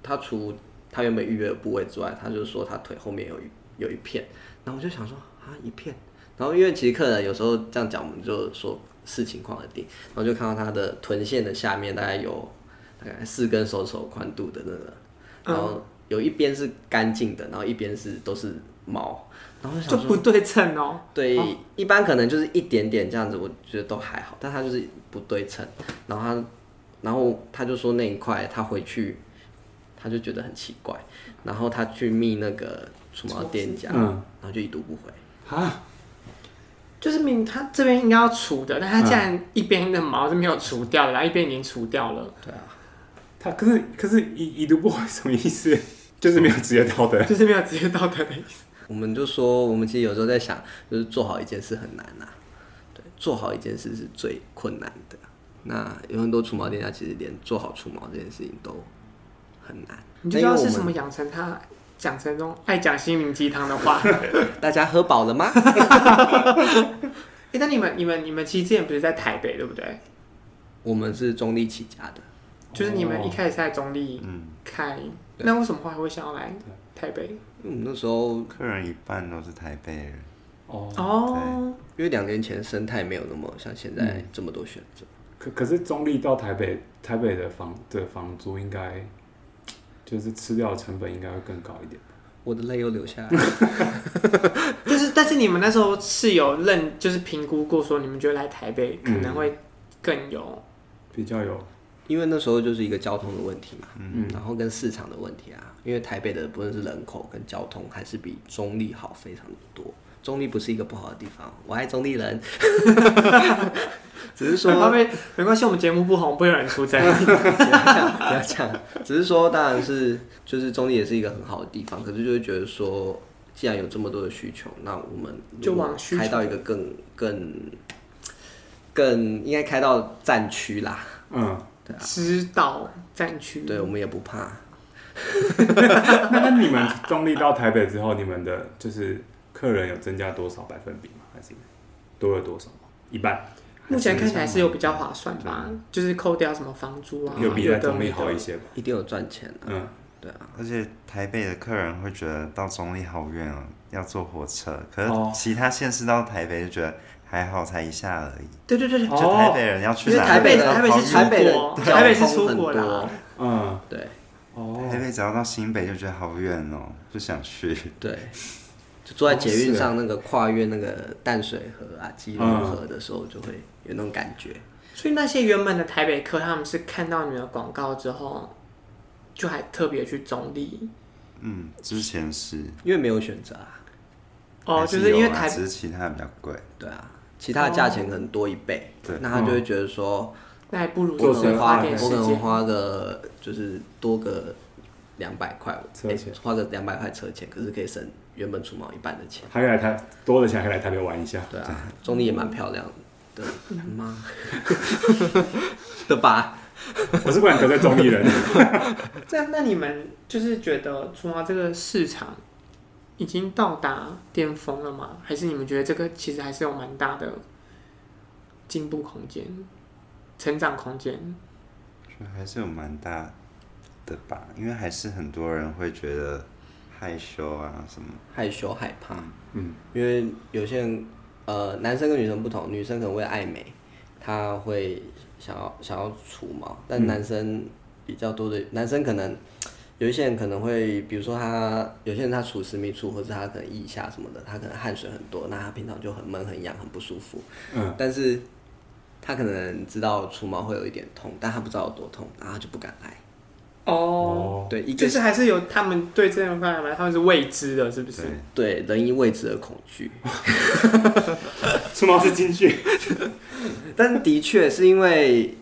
[SPEAKER 4] 他除他原本预约的部位之外，他就说他腿后面有一有一片，然后我就想说啊一片，然后因为其实客人有时候这样讲，我们就说视情况而定，然后就看到他的臀线的下面大概有大概四根手手宽度的那个，然后有一边是干净的，然后一边是都是毛，然后我就
[SPEAKER 1] 就
[SPEAKER 4] 想说
[SPEAKER 1] 不对称哦。
[SPEAKER 4] 对，一般可能就是一点点这样子，我觉得都还好，但他就是不对称，然后他，然后他就说那一块他回去，他就觉得很奇怪，然后他去密那个除毛店家，
[SPEAKER 2] 嗯
[SPEAKER 4] 然后就一读不回，
[SPEAKER 2] 啊，
[SPEAKER 1] 就是明明它这边应该要除的，但它竟
[SPEAKER 3] 嗯
[SPEAKER 1] 然一边的毛是没有除掉的，然后一边已经除掉了，
[SPEAKER 4] 对啊，
[SPEAKER 2] 他可是可是已已读不回什么意思？ 就是没有直接到的，
[SPEAKER 1] 就是没有直接到的意思。
[SPEAKER 4] 我们就说我们其实有时候在想，就是做好一件事很难呐、对，做好一件事是最困难的，那有很多除毛店家其实连做好除毛这件事情都很难，
[SPEAKER 1] 你就知道是什么养成它讲成这种爱讲心灵鸡汤的话。
[SPEAKER 4] 大家喝饱了吗？
[SPEAKER 1] 哎、那你们、你们、你们其实之前不是在台北对不对？
[SPEAKER 4] 我们是中立起家的，
[SPEAKER 1] 就是你
[SPEAKER 2] 哦
[SPEAKER 1] 们一开始在中立
[SPEAKER 3] 嗯，
[SPEAKER 1] 开，那为什么后来会想要来台北？
[SPEAKER 4] 因为我们那时候
[SPEAKER 3] 客人一半都是台北人，
[SPEAKER 2] 哦，
[SPEAKER 1] 哦，
[SPEAKER 4] 因为两年前生态没有那么像现在这么多选择，
[SPEAKER 2] 可可是中立到台北，台北的房的房租应该就是吃掉的成本应该会更高一点。
[SPEAKER 4] 我的泪又流下来了。
[SPEAKER 1] 就是但是你们那时候是有认，就是评估过说你们觉得来台北可能会更有，
[SPEAKER 2] 比较有，
[SPEAKER 4] 因为那时候就是一个交通的问题嘛，
[SPEAKER 2] 嗯
[SPEAKER 4] 然后跟市场的问题啊，因为台北的不论是人口跟交通，还是比中立好非常的多。中立不是一个不好的地方，我爱中立人， 只是说
[SPEAKER 1] 很怕被没关系，我们节目不红，不会有人出征。
[SPEAKER 4] 不要这样， 不要这样。只是说，当然是就是中立也是一个很好的地方，可是就会觉得说，既然有这么多的需求，那我们
[SPEAKER 1] 就
[SPEAKER 4] 如果
[SPEAKER 1] 往需求
[SPEAKER 4] 开到一个更更更应该开到战区啦。
[SPEAKER 2] 嗯，
[SPEAKER 1] 知道战区，
[SPEAKER 4] 对，我们也不怕。
[SPEAKER 2] 那那你们中立到台北之后，你们的就是客人有增加多少百分比吗？还是多了多少？一半，
[SPEAKER 1] 目前看起来是有比较划算吧，就是扣掉什么房租啊，
[SPEAKER 2] 有比在中立
[SPEAKER 1] 有的
[SPEAKER 2] 好一些吧？
[SPEAKER 4] 一定有赚钱啊，
[SPEAKER 2] 嗯，
[SPEAKER 4] 对啊，
[SPEAKER 3] 而且台北的客人会觉得到中立好远哦，要坐火车，可
[SPEAKER 2] 哦
[SPEAKER 3] 是其他县市到台北就觉得还好，才一下而已。
[SPEAKER 1] 对对对对，
[SPEAKER 3] 就台北人要去
[SPEAKER 4] 因为
[SPEAKER 3] 哪里？
[SPEAKER 4] 台北的
[SPEAKER 3] 都要
[SPEAKER 1] 哦台北是
[SPEAKER 3] 跑远
[SPEAKER 1] 出国
[SPEAKER 4] 台北的交通
[SPEAKER 1] 台北是出
[SPEAKER 4] 很
[SPEAKER 1] 国啦
[SPEAKER 4] 多，
[SPEAKER 2] 嗯，
[SPEAKER 4] 对
[SPEAKER 2] 哦，
[SPEAKER 3] 台北只要到新北就觉得好远哦，不想去。
[SPEAKER 4] 对。就坐在捷运上那个跨越那个淡水河啊、基隆河的时候，就会有那种感觉。
[SPEAKER 1] 所以那些原本的台北客，他们是看到你们的广告之后，就还特别去中立
[SPEAKER 3] 嗯，之前是
[SPEAKER 4] 因为没有选择啊，
[SPEAKER 1] 哦，
[SPEAKER 3] 还
[SPEAKER 1] 就是因为
[SPEAKER 3] 有啦
[SPEAKER 1] 台
[SPEAKER 3] 只是其他比较贵，
[SPEAKER 4] 对啊，其他的价钱可能多一倍，
[SPEAKER 3] 对
[SPEAKER 4] 那他就会觉得说，
[SPEAKER 1] 那还不如
[SPEAKER 2] 做
[SPEAKER 1] 我
[SPEAKER 2] 成
[SPEAKER 1] 们花
[SPEAKER 2] 花
[SPEAKER 1] 点
[SPEAKER 2] 费
[SPEAKER 1] 时
[SPEAKER 4] 我可能
[SPEAKER 1] 间。
[SPEAKER 4] 花个就是多个两百块，
[SPEAKER 2] 车钱
[SPEAKER 4] 诶花个两百块车钱，可是可以省原本除毛一半的钱，
[SPEAKER 2] 还可以来台多的钱还可以来台北玩一下。
[SPEAKER 4] 对啊，中立也蛮漂亮的，妈 的吧？
[SPEAKER 2] 我是不敢得罪中立人，
[SPEAKER 1] 那那你们就是觉得除毛这个市场已经到达巅峰了吗？还是你们觉得这个其实还是有蛮大的进步空间、成长空间？
[SPEAKER 3] 就还是有蛮大的吧，因为还是很多人会觉得害羞啊什么，
[SPEAKER 4] 害羞害怕，
[SPEAKER 2] 嗯，
[SPEAKER 4] 因为有些人，呃，男生跟女生不同，女生可能为了爱美，她会想要想要除毛，
[SPEAKER 2] 嗯
[SPEAKER 4] 但男生比较多的，男生可能有一些人可能会，比如说他有些人他除私密处，或者他可能腋下什么的，他可能汗水很多，那他平常就很闷、很痒、很不舒服，
[SPEAKER 2] 嗯，
[SPEAKER 4] 但是他可能知道除毛会有一点痛，但他不知道有多痛，然后他就不敢来。
[SPEAKER 1] 哦，
[SPEAKER 2] 哦，
[SPEAKER 4] 对，一个
[SPEAKER 1] 就是还是有他们对这种方面来，他们是未知的，是不是？
[SPEAKER 3] 对，
[SPEAKER 4] 对人因未知而恐惧。
[SPEAKER 2] 出毛是进去，
[SPEAKER 4] 但的确是因为，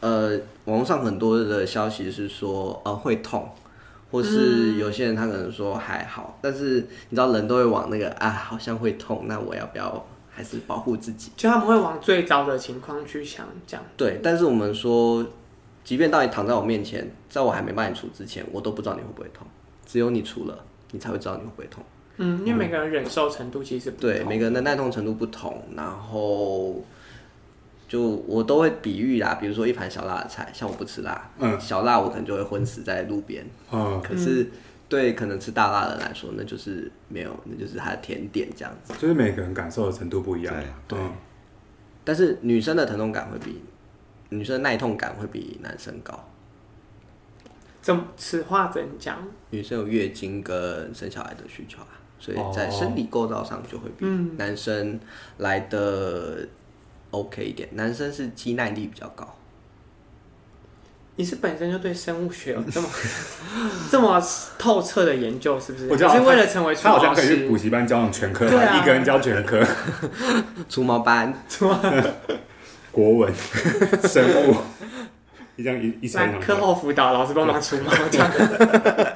[SPEAKER 4] 呃，网络上很多的消息是说，呃，会痛，或是有些人他可能说还好，但是你知道人都会往那个啊，好像会痛，那我要不要还是保护自己？
[SPEAKER 1] 就他们会往最糟的情况去想，这样。
[SPEAKER 4] 对，但是我们说，即便到你躺在我面前，在我还没帮你除之前，我都不知道你会不会痛，只有你除了，你才会知道你会不会痛。
[SPEAKER 1] 嗯，因为每个人忍受程度其实不同。
[SPEAKER 4] 对，每个人的耐痛程度不同，然后就我都会比喻啦，比如说一盘小辣的菜，像我不吃辣，
[SPEAKER 2] 嗯
[SPEAKER 4] 小辣我可能就会昏死在路边，
[SPEAKER 2] 嗯，
[SPEAKER 4] 可是对可能吃大辣的人来说，那就是没有，那就是它的甜点这样子。
[SPEAKER 2] 就是每个人感受的程度不一样，
[SPEAKER 3] 对
[SPEAKER 2] 嗯，
[SPEAKER 4] 但是女生的疼痛感会比女生的耐痛感会比男生高，
[SPEAKER 1] 怎么此话怎讲？
[SPEAKER 4] 女生有月经跟生小孩的需求啊，所以在生理构造上就会比
[SPEAKER 1] 嗯
[SPEAKER 4] 男生来的 OK 一点，男生是肌耐力比较高。
[SPEAKER 1] 你是本身就对生物学有这么 这么透彻的研究，是不是？
[SPEAKER 2] 我知道
[SPEAKER 1] 你是为了成为
[SPEAKER 2] 他好像可以去补
[SPEAKER 1] 师，
[SPEAKER 2] 习班教那种全科
[SPEAKER 1] 对啊
[SPEAKER 2] 班，一个人教全科，
[SPEAKER 4] 除毛班，
[SPEAKER 2] 国文、生物，一样一一层啊
[SPEAKER 1] 来
[SPEAKER 2] 一
[SPEAKER 1] 课
[SPEAKER 2] 层。
[SPEAKER 1] 后辅导老师帮忙除 毛这样。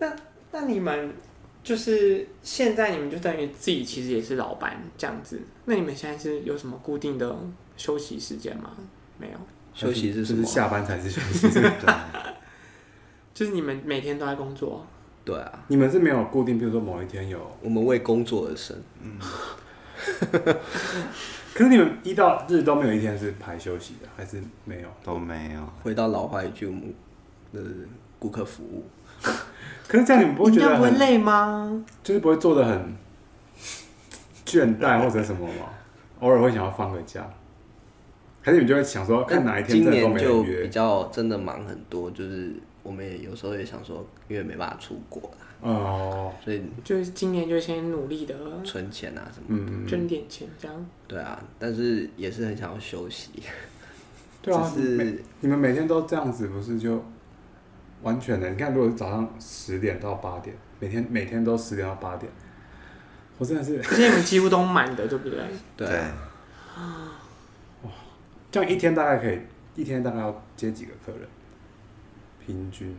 [SPEAKER 1] 那那你们就是现在你们就等于自己其实也是老板这样子，那你们现在是有什么固定的休息时间吗？没有，
[SPEAKER 4] 休息是什
[SPEAKER 2] 就
[SPEAKER 4] 么？
[SPEAKER 2] 是下班才是休息。
[SPEAKER 1] 就是你们每天都在工作。
[SPEAKER 4] 对啊，
[SPEAKER 2] 你们是没有固定，比如说某一天有，
[SPEAKER 4] 我们为工作而生，
[SPEAKER 2] 可是你们一到日都没有一天是排休息的，还是没有？
[SPEAKER 3] 都没有。
[SPEAKER 4] 回到老话一句，我们的顾客服务。
[SPEAKER 2] 可是这样你们不会
[SPEAKER 1] 你
[SPEAKER 2] 觉
[SPEAKER 1] 这样
[SPEAKER 2] 得
[SPEAKER 1] 不会
[SPEAKER 2] 很，
[SPEAKER 1] 累吗？
[SPEAKER 2] 就是不会做的很倦怠或者什么吗？偶尔会想要放个假，还是你们就会想说哦看哪一天
[SPEAKER 4] 今
[SPEAKER 2] 真的都
[SPEAKER 4] 年
[SPEAKER 2] 没
[SPEAKER 4] 就
[SPEAKER 2] 人
[SPEAKER 4] 比
[SPEAKER 2] 约？
[SPEAKER 4] 较真的忙很多，就是我们也有时候也想说，因为没办法出国啦，
[SPEAKER 2] 哦，
[SPEAKER 4] 所以
[SPEAKER 1] 就是今年就先努力的
[SPEAKER 4] 存钱啊什么。
[SPEAKER 2] 嗯，
[SPEAKER 1] 挣点钱，这样。
[SPEAKER 4] 对啊，但是也是很想要休息。
[SPEAKER 2] 对啊，
[SPEAKER 4] 只
[SPEAKER 2] 每
[SPEAKER 4] 是
[SPEAKER 2] 你们每天都这样子，不是就完全的？你看，如果是早上十点到八点，每天每天都十点到八点，我真的是
[SPEAKER 1] 而且你们几乎都满的，对不对？
[SPEAKER 4] 对啊，
[SPEAKER 3] 对，
[SPEAKER 2] 这样一天大概可以一天大概要接几个客人？平均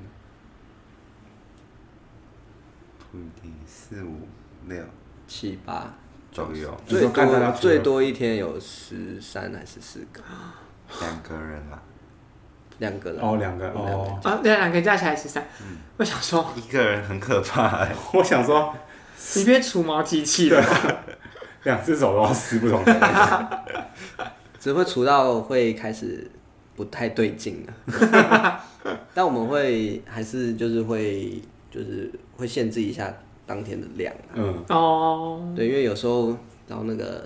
[SPEAKER 3] 不一定四五六
[SPEAKER 4] 七八
[SPEAKER 3] 都有
[SPEAKER 2] 你
[SPEAKER 4] 最
[SPEAKER 2] 说看大家
[SPEAKER 4] 多
[SPEAKER 2] 除了
[SPEAKER 4] 最多一天有十三还是四个，
[SPEAKER 3] 两个人啦，
[SPEAKER 4] 两个人。
[SPEAKER 2] 哦，两个
[SPEAKER 4] 两个
[SPEAKER 2] 哦。
[SPEAKER 1] 啊，对，两个加起来十三。
[SPEAKER 4] 嗯
[SPEAKER 1] 我想说，
[SPEAKER 3] 一个人很可怕、欸，
[SPEAKER 2] 我想说，
[SPEAKER 1] 你别除毛机器了。
[SPEAKER 2] 两只手都要撕不同的 人。
[SPEAKER 4] 只会除到会开始不太对劲了， 但我们会还是就是会就是会限制一下当天的量啊，
[SPEAKER 2] 嗯
[SPEAKER 1] 哦，
[SPEAKER 4] 对，因为有时候然后那个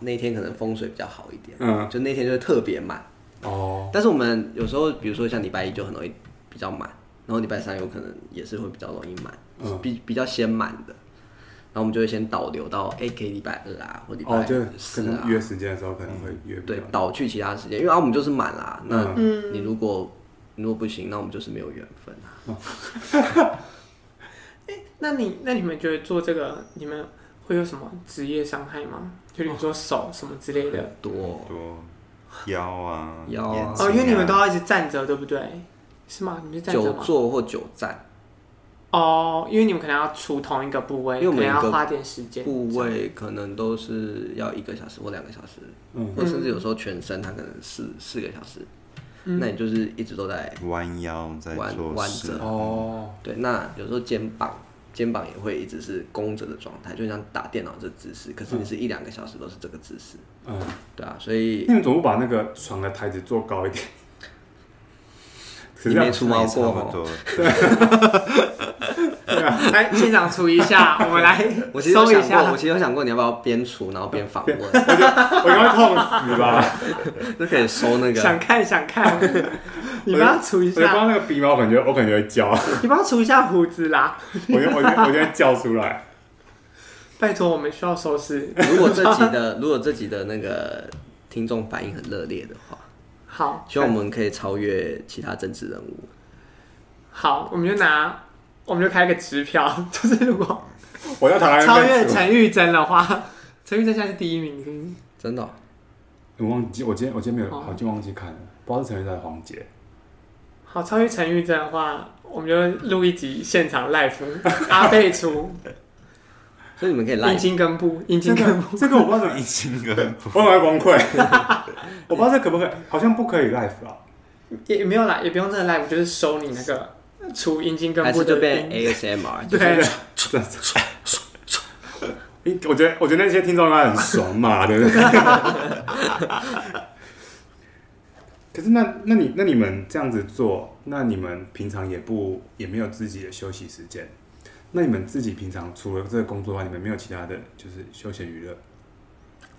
[SPEAKER 4] 那天可能风水比较好一点，
[SPEAKER 2] 嗯，
[SPEAKER 4] 就那天就会特别满，
[SPEAKER 2] 哦，
[SPEAKER 4] 但是我们有时候比如说像礼拜一就很容易比较满，然后礼拜三有可能也是会比较容易满，
[SPEAKER 2] 嗯
[SPEAKER 4] 比比较先满的。然后我们就会先导流到 A K 礼拜二啊，或礼拜
[SPEAKER 2] 哦，就可
[SPEAKER 4] 四啊，
[SPEAKER 2] 能约时间的时候可能会约不
[SPEAKER 4] 对
[SPEAKER 2] 了，。
[SPEAKER 4] 倒去其他时间，因为啊我们就是满啦。那
[SPEAKER 1] 嗯
[SPEAKER 4] 你如果如果不行，那我们就是没有缘分啊。
[SPEAKER 1] 那你那你们觉得做这个，你们会有什么职业伤害吗？就比如说手什么之类的。
[SPEAKER 4] 很多
[SPEAKER 3] 多腰啊，
[SPEAKER 4] 腰啊
[SPEAKER 3] 眼睛
[SPEAKER 1] 哦，因为你们都要一直站着，对不对？是吗？你们是站着
[SPEAKER 4] 久
[SPEAKER 1] 吗？
[SPEAKER 4] 坐或久站，
[SPEAKER 1] 哦，因为你们可能要除同一个部位，
[SPEAKER 4] 因为我
[SPEAKER 1] 可
[SPEAKER 4] 们
[SPEAKER 1] 能要
[SPEAKER 4] 一个
[SPEAKER 1] 花点时间。
[SPEAKER 4] 部位可能都是要一个小时或两个小时，
[SPEAKER 2] 嗯
[SPEAKER 4] 或甚至有时候全身它可能四四个小时，
[SPEAKER 1] 嗯
[SPEAKER 4] 那你就是一直都在
[SPEAKER 3] 弯腰在
[SPEAKER 4] 弯
[SPEAKER 3] 做
[SPEAKER 4] 弯
[SPEAKER 3] 事
[SPEAKER 4] 着，
[SPEAKER 2] 哦，
[SPEAKER 4] 对，那有时候肩膀肩膀也会一直是弓着的状态，就像打电脑这姿势，可
[SPEAKER 1] 嗯
[SPEAKER 4] 是你是一两个小时都是这个姿势，
[SPEAKER 2] 嗯，
[SPEAKER 4] 对啊，所以
[SPEAKER 2] 你们总不把那个床的台子做高一点？可 是
[SPEAKER 4] 你
[SPEAKER 2] 这
[SPEAKER 4] 没
[SPEAKER 2] 样
[SPEAKER 4] 出猫
[SPEAKER 3] 也差
[SPEAKER 4] 过
[SPEAKER 3] 不
[SPEAKER 4] 哦。
[SPEAKER 3] 多。
[SPEAKER 1] 来，现场除一下，我们来
[SPEAKER 4] 我其实有
[SPEAKER 1] 搜一
[SPEAKER 4] 想过，
[SPEAKER 1] 下
[SPEAKER 4] 我。其实有想过你要不要边除然后边访问，
[SPEAKER 2] 我应该会痛死吧？
[SPEAKER 4] 就可以收那
[SPEAKER 1] 想
[SPEAKER 4] 个。啊
[SPEAKER 1] 看想看， 你帮他除一
[SPEAKER 2] 我就
[SPEAKER 1] 下，
[SPEAKER 2] 光那个鼻毛，我感觉我感觉会焦，我
[SPEAKER 1] 你帮他除一下胡子啦。
[SPEAKER 2] 就我就我就会叫出来。
[SPEAKER 1] 拜托，我们需要收拾。
[SPEAKER 4] 如果这集的 如果这集的那个听众反应很热烈的话，
[SPEAKER 1] 好，
[SPEAKER 4] 希望我们可以超越其他政治人物。
[SPEAKER 1] 好，我们就拿，我们就开个支票， 就是如果
[SPEAKER 2] 我要躺在那
[SPEAKER 1] 超
[SPEAKER 2] 边
[SPEAKER 1] 越
[SPEAKER 2] 数
[SPEAKER 1] 陈玉珍的话，陈玉珍现在是第一名是不是。
[SPEAKER 4] 真的哦、
[SPEAKER 2] 我忘记，我今天我今天没有，
[SPEAKER 1] 哦
[SPEAKER 2] 我今天忘记看了，不知道是陈奕迅还是黄杰。
[SPEAKER 1] 好，超越陈玉珍的话，我们就录一集现场 live 阿贝 出
[SPEAKER 4] 所以你们可以
[SPEAKER 1] 阴
[SPEAKER 4] 来，
[SPEAKER 1] 茎根部，阴
[SPEAKER 2] 这
[SPEAKER 1] 茎根
[SPEAKER 2] 个
[SPEAKER 1] 部。
[SPEAKER 2] 这个我不知道怎么，
[SPEAKER 3] 疫情跟
[SPEAKER 2] 我很会崩溃。 我不知道这可不可以，好像不可以 live 啊。
[SPEAKER 1] 也也没有啦，也不用真的 live，就是收你那个除阴茎根
[SPEAKER 4] 还
[SPEAKER 1] 部
[SPEAKER 4] 是就
[SPEAKER 1] 的
[SPEAKER 4] 变
[SPEAKER 1] 音。
[SPEAKER 4] ASMR，就是
[SPEAKER 1] 对，
[SPEAKER 2] 你哎我觉得我觉得那些听众应该很爽嘛，对不 对？可是那那你那你们这样子做，那你们平常也不也没有自己的休息时间，那你们自己平常除了这个工作外，你们没有其他的就是休闲娱乐，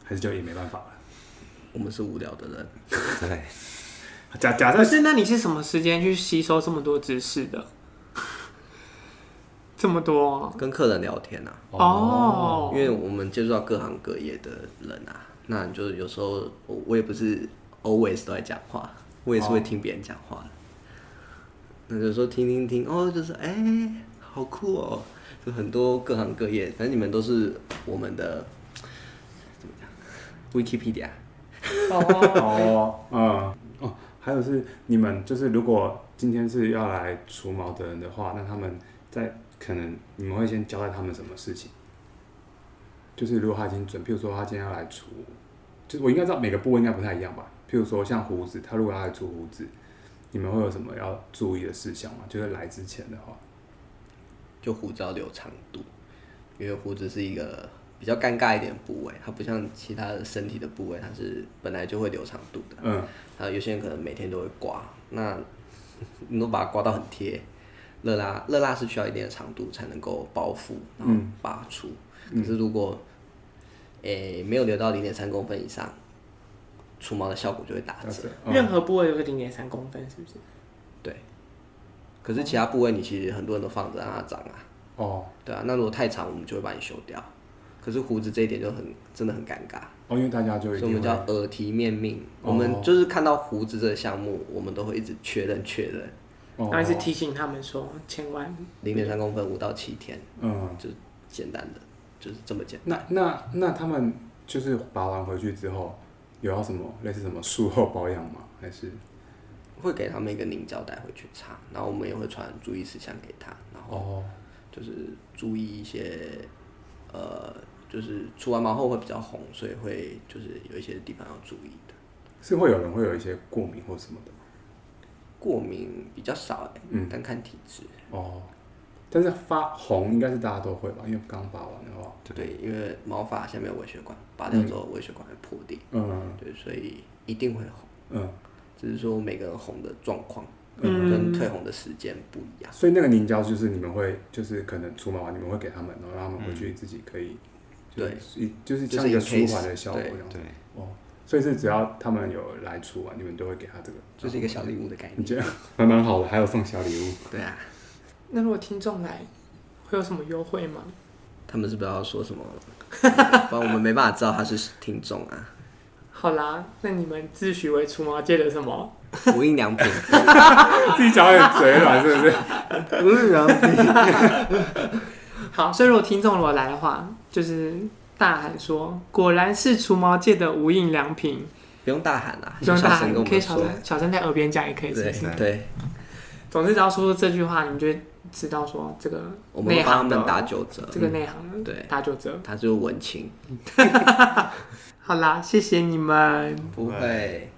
[SPEAKER 2] 还是就也没办法了？
[SPEAKER 4] 我们是无聊的人。
[SPEAKER 3] 对，
[SPEAKER 2] 假假
[SPEAKER 1] 可
[SPEAKER 2] 设
[SPEAKER 1] 是那你是什么时间去吸收这么多知识的？ 这么多哦
[SPEAKER 4] 跟客人聊天啊，
[SPEAKER 1] 哦，
[SPEAKER 4] 因为我们接触到各行各业的人啊，那你就有时候我我也不是 always 都在讲话，我也是会听别人讲话的。那有时候听听听，哦，就是哎、好酷哦，就很多各行各业，反正你们都是我们的怎么讲，Wikipedia。
[SPEAKER 1] 哦，
[SPEAKER 2] 哦，嗯，哦，还有是你们就是如果今天是要来除毛的人的话，那他们在可能你们会先交代他们什么事情？就是如果他已经准，譬如说他今天要来除，就是我应该知道每个部位应该不太一样吧？譬如说像胡子，他如果要来除胡子，你们会有什么要注意的事项吗？就是来之前的话，
[SPEAKER 4] 就胡子要留长度，因为胡子是一个比较尴尬一点的部位，它不像其他的身体的部位，它是本来就会留长度的。
[SPEAKER 2] 嗯，
[SPEAKER 4] 还有有些人可能每天都会刮，那你都把它刮到很贴，热拉热拉是需要一定的长度才能够包覆，然后
[SPEAKER 2] 嗯
[SPEAKER 4] 拔出。可是如果诶、没有留到零点三公分以上，除毛的效果就会打
[SPEAKER 2] 但
[SPEAKER 4] 折
[SPEAKER 2] 是。
[SPEAKER 1] 任何部位都是零点三公分，是不是？
[SPEAKER 4] 对，可是其他部位你其实很多人都放着让它长啊。
[SPEAKER 2] 哦
[SPEAKER 4] 对啊，那如果太长，我们就会把你修掉。可是胡子这一点就很真的很尴尬，
[SPEAKER 2] 哦，因为大家就
[SPEAKER 4] 所
[SPEAKER 2] 一
[SPEAKER 4] 以我
[SPEAKER 2] 定会
[SPEAKER 4] 们叫耳提面命。
[SPEAKER 2] 哦
[SPEAKER 4] 我们就是看到胡子这个项目，我们都会一直确认确认，
[SPEAKER 1] 然后一直
[SPEAKER 2] 哦，
[SPEAKER 1] 提醒他们说，千万
[SPEAKER 4] 零点三公分五到七天，
[SPEAKER 2] 嗯。
[SPEAKER 4] 就是简单的，就是这么简单。
[SPEAKER 2] 那那那他们就是拔完回去之后，有要什么类似什么术后保养吗？还是
[SPEAKER 4] 会给他们一个凝胶带回去擦，然后我们也会传注意事项给他，然后
[SPEAKER 2] 哦
[SPEAKER 4] 就是注意一些，呃，就是除完毛后会比较红，所以会就是有一些地方要注意的。
[SPEAKER 2] 是会有人会有一些过敏或什么的吗
[SPEAKER 4] 过敏比较少、欸，
[SPEAKER 2] 嗯
[SPEAKER 4] 但看体质。
[SPEAKER 2] 哦？但是发红应该是大家都会吧，因为刚拔完的话，
[SPEAKER 4] 对，因为毛发下面有微血管，拔掉之后微血管会破裂，
[SPEAKER 2] 嗯
[SPEAKER 4] 对，所以一定会红，
[SPEAKER 2] 嗯，
[SPEAKER 4] 只是说每个人红的状况
[SPEAKER 1] 嗯
[SPEAKER 4] 跟退红的时间不一样。
[SPEAKER 2] 所以那个凝胶就是你们会就是可能除毛完你们会给他们，然后让他们回去自己可以，
[SPEAKER 4] 对
[SPEAKER 2] 就是一嗯就是
[SPEAKER 4] 就是
[SPEAKER 2] 像一个
[SPEAKER 4] in
[SPEAKER 2] 舒
[SPEAKER 4] case，
[SPEAKER 2] 缓的效果
[SPEAKER 4] 对
[SPEAKER 2] 这样
[SPEAKER 3] 对，
[SPEAKER 2] 哦。所以是只要他们有来除完，你们都会给他这个，啊
[SPEAKER 4] 这是一个小礼物的概
[SPEAKER 2] 你觉
[SPEAKER 4] 念。
[SPEAKER 2] 得还蛮好的，还有送小 礼物。
[SPEAKER 4] 对啊，
[SPEAKER 1] 那如果听众来，会有什么优惠吗？
[SPEAKER 4] 他们是不知道说什么，不然我们没办法知道他是听众啊。
[SPEAKER 1] 好啦，那你们自诩为除毛界的什么？
[SPEAKER 4] 无印 良品，
[SPEAKER 2] 自己讲点嘴软是不是？
[SPEAKER 4] 无印良品，
[SPEAKER 1] 好，所以如果听众如果来的话，就是大喊说，果然是除毛界的无印良品，
[SPEAKER 4] 不用大喊啦，
[SPEAKER 1] 不用大
[SPEAKER 4] 小声
[SPEAKER 1] 喊，
[SPEAKER 4] 跟
[SPEAKER 1] 可
[SPEAKER 4] 我
[SPEAKER 1] 以
[SPEAKER 4] 们
[SPEAKER 1] 小
[SPEAKER 4] 说
[SPEAKER 1] 声，小声在耳边讲也可以，是不是？
[SPEAKER 4] 对对，
[SPEAKER 1] 总之只要说出这句话，你们就会知道说这个
[SPEAKER 4] 我们
[SPEAKER 1] 内
[SPEAKER 4] 会帮他
[SPEAKER 1] 行的
[SPEAKER 4] 们打九折，嗯
[SPEAKER 1] 这个内行的
[SPEAKER 4] 对
[SPEAKER 1] 打九折。
[SPEAKER 4] 他就是文青，
[SPEAKER 1] 好啦，谢谢你们。
[SPEAKER 4] 不会。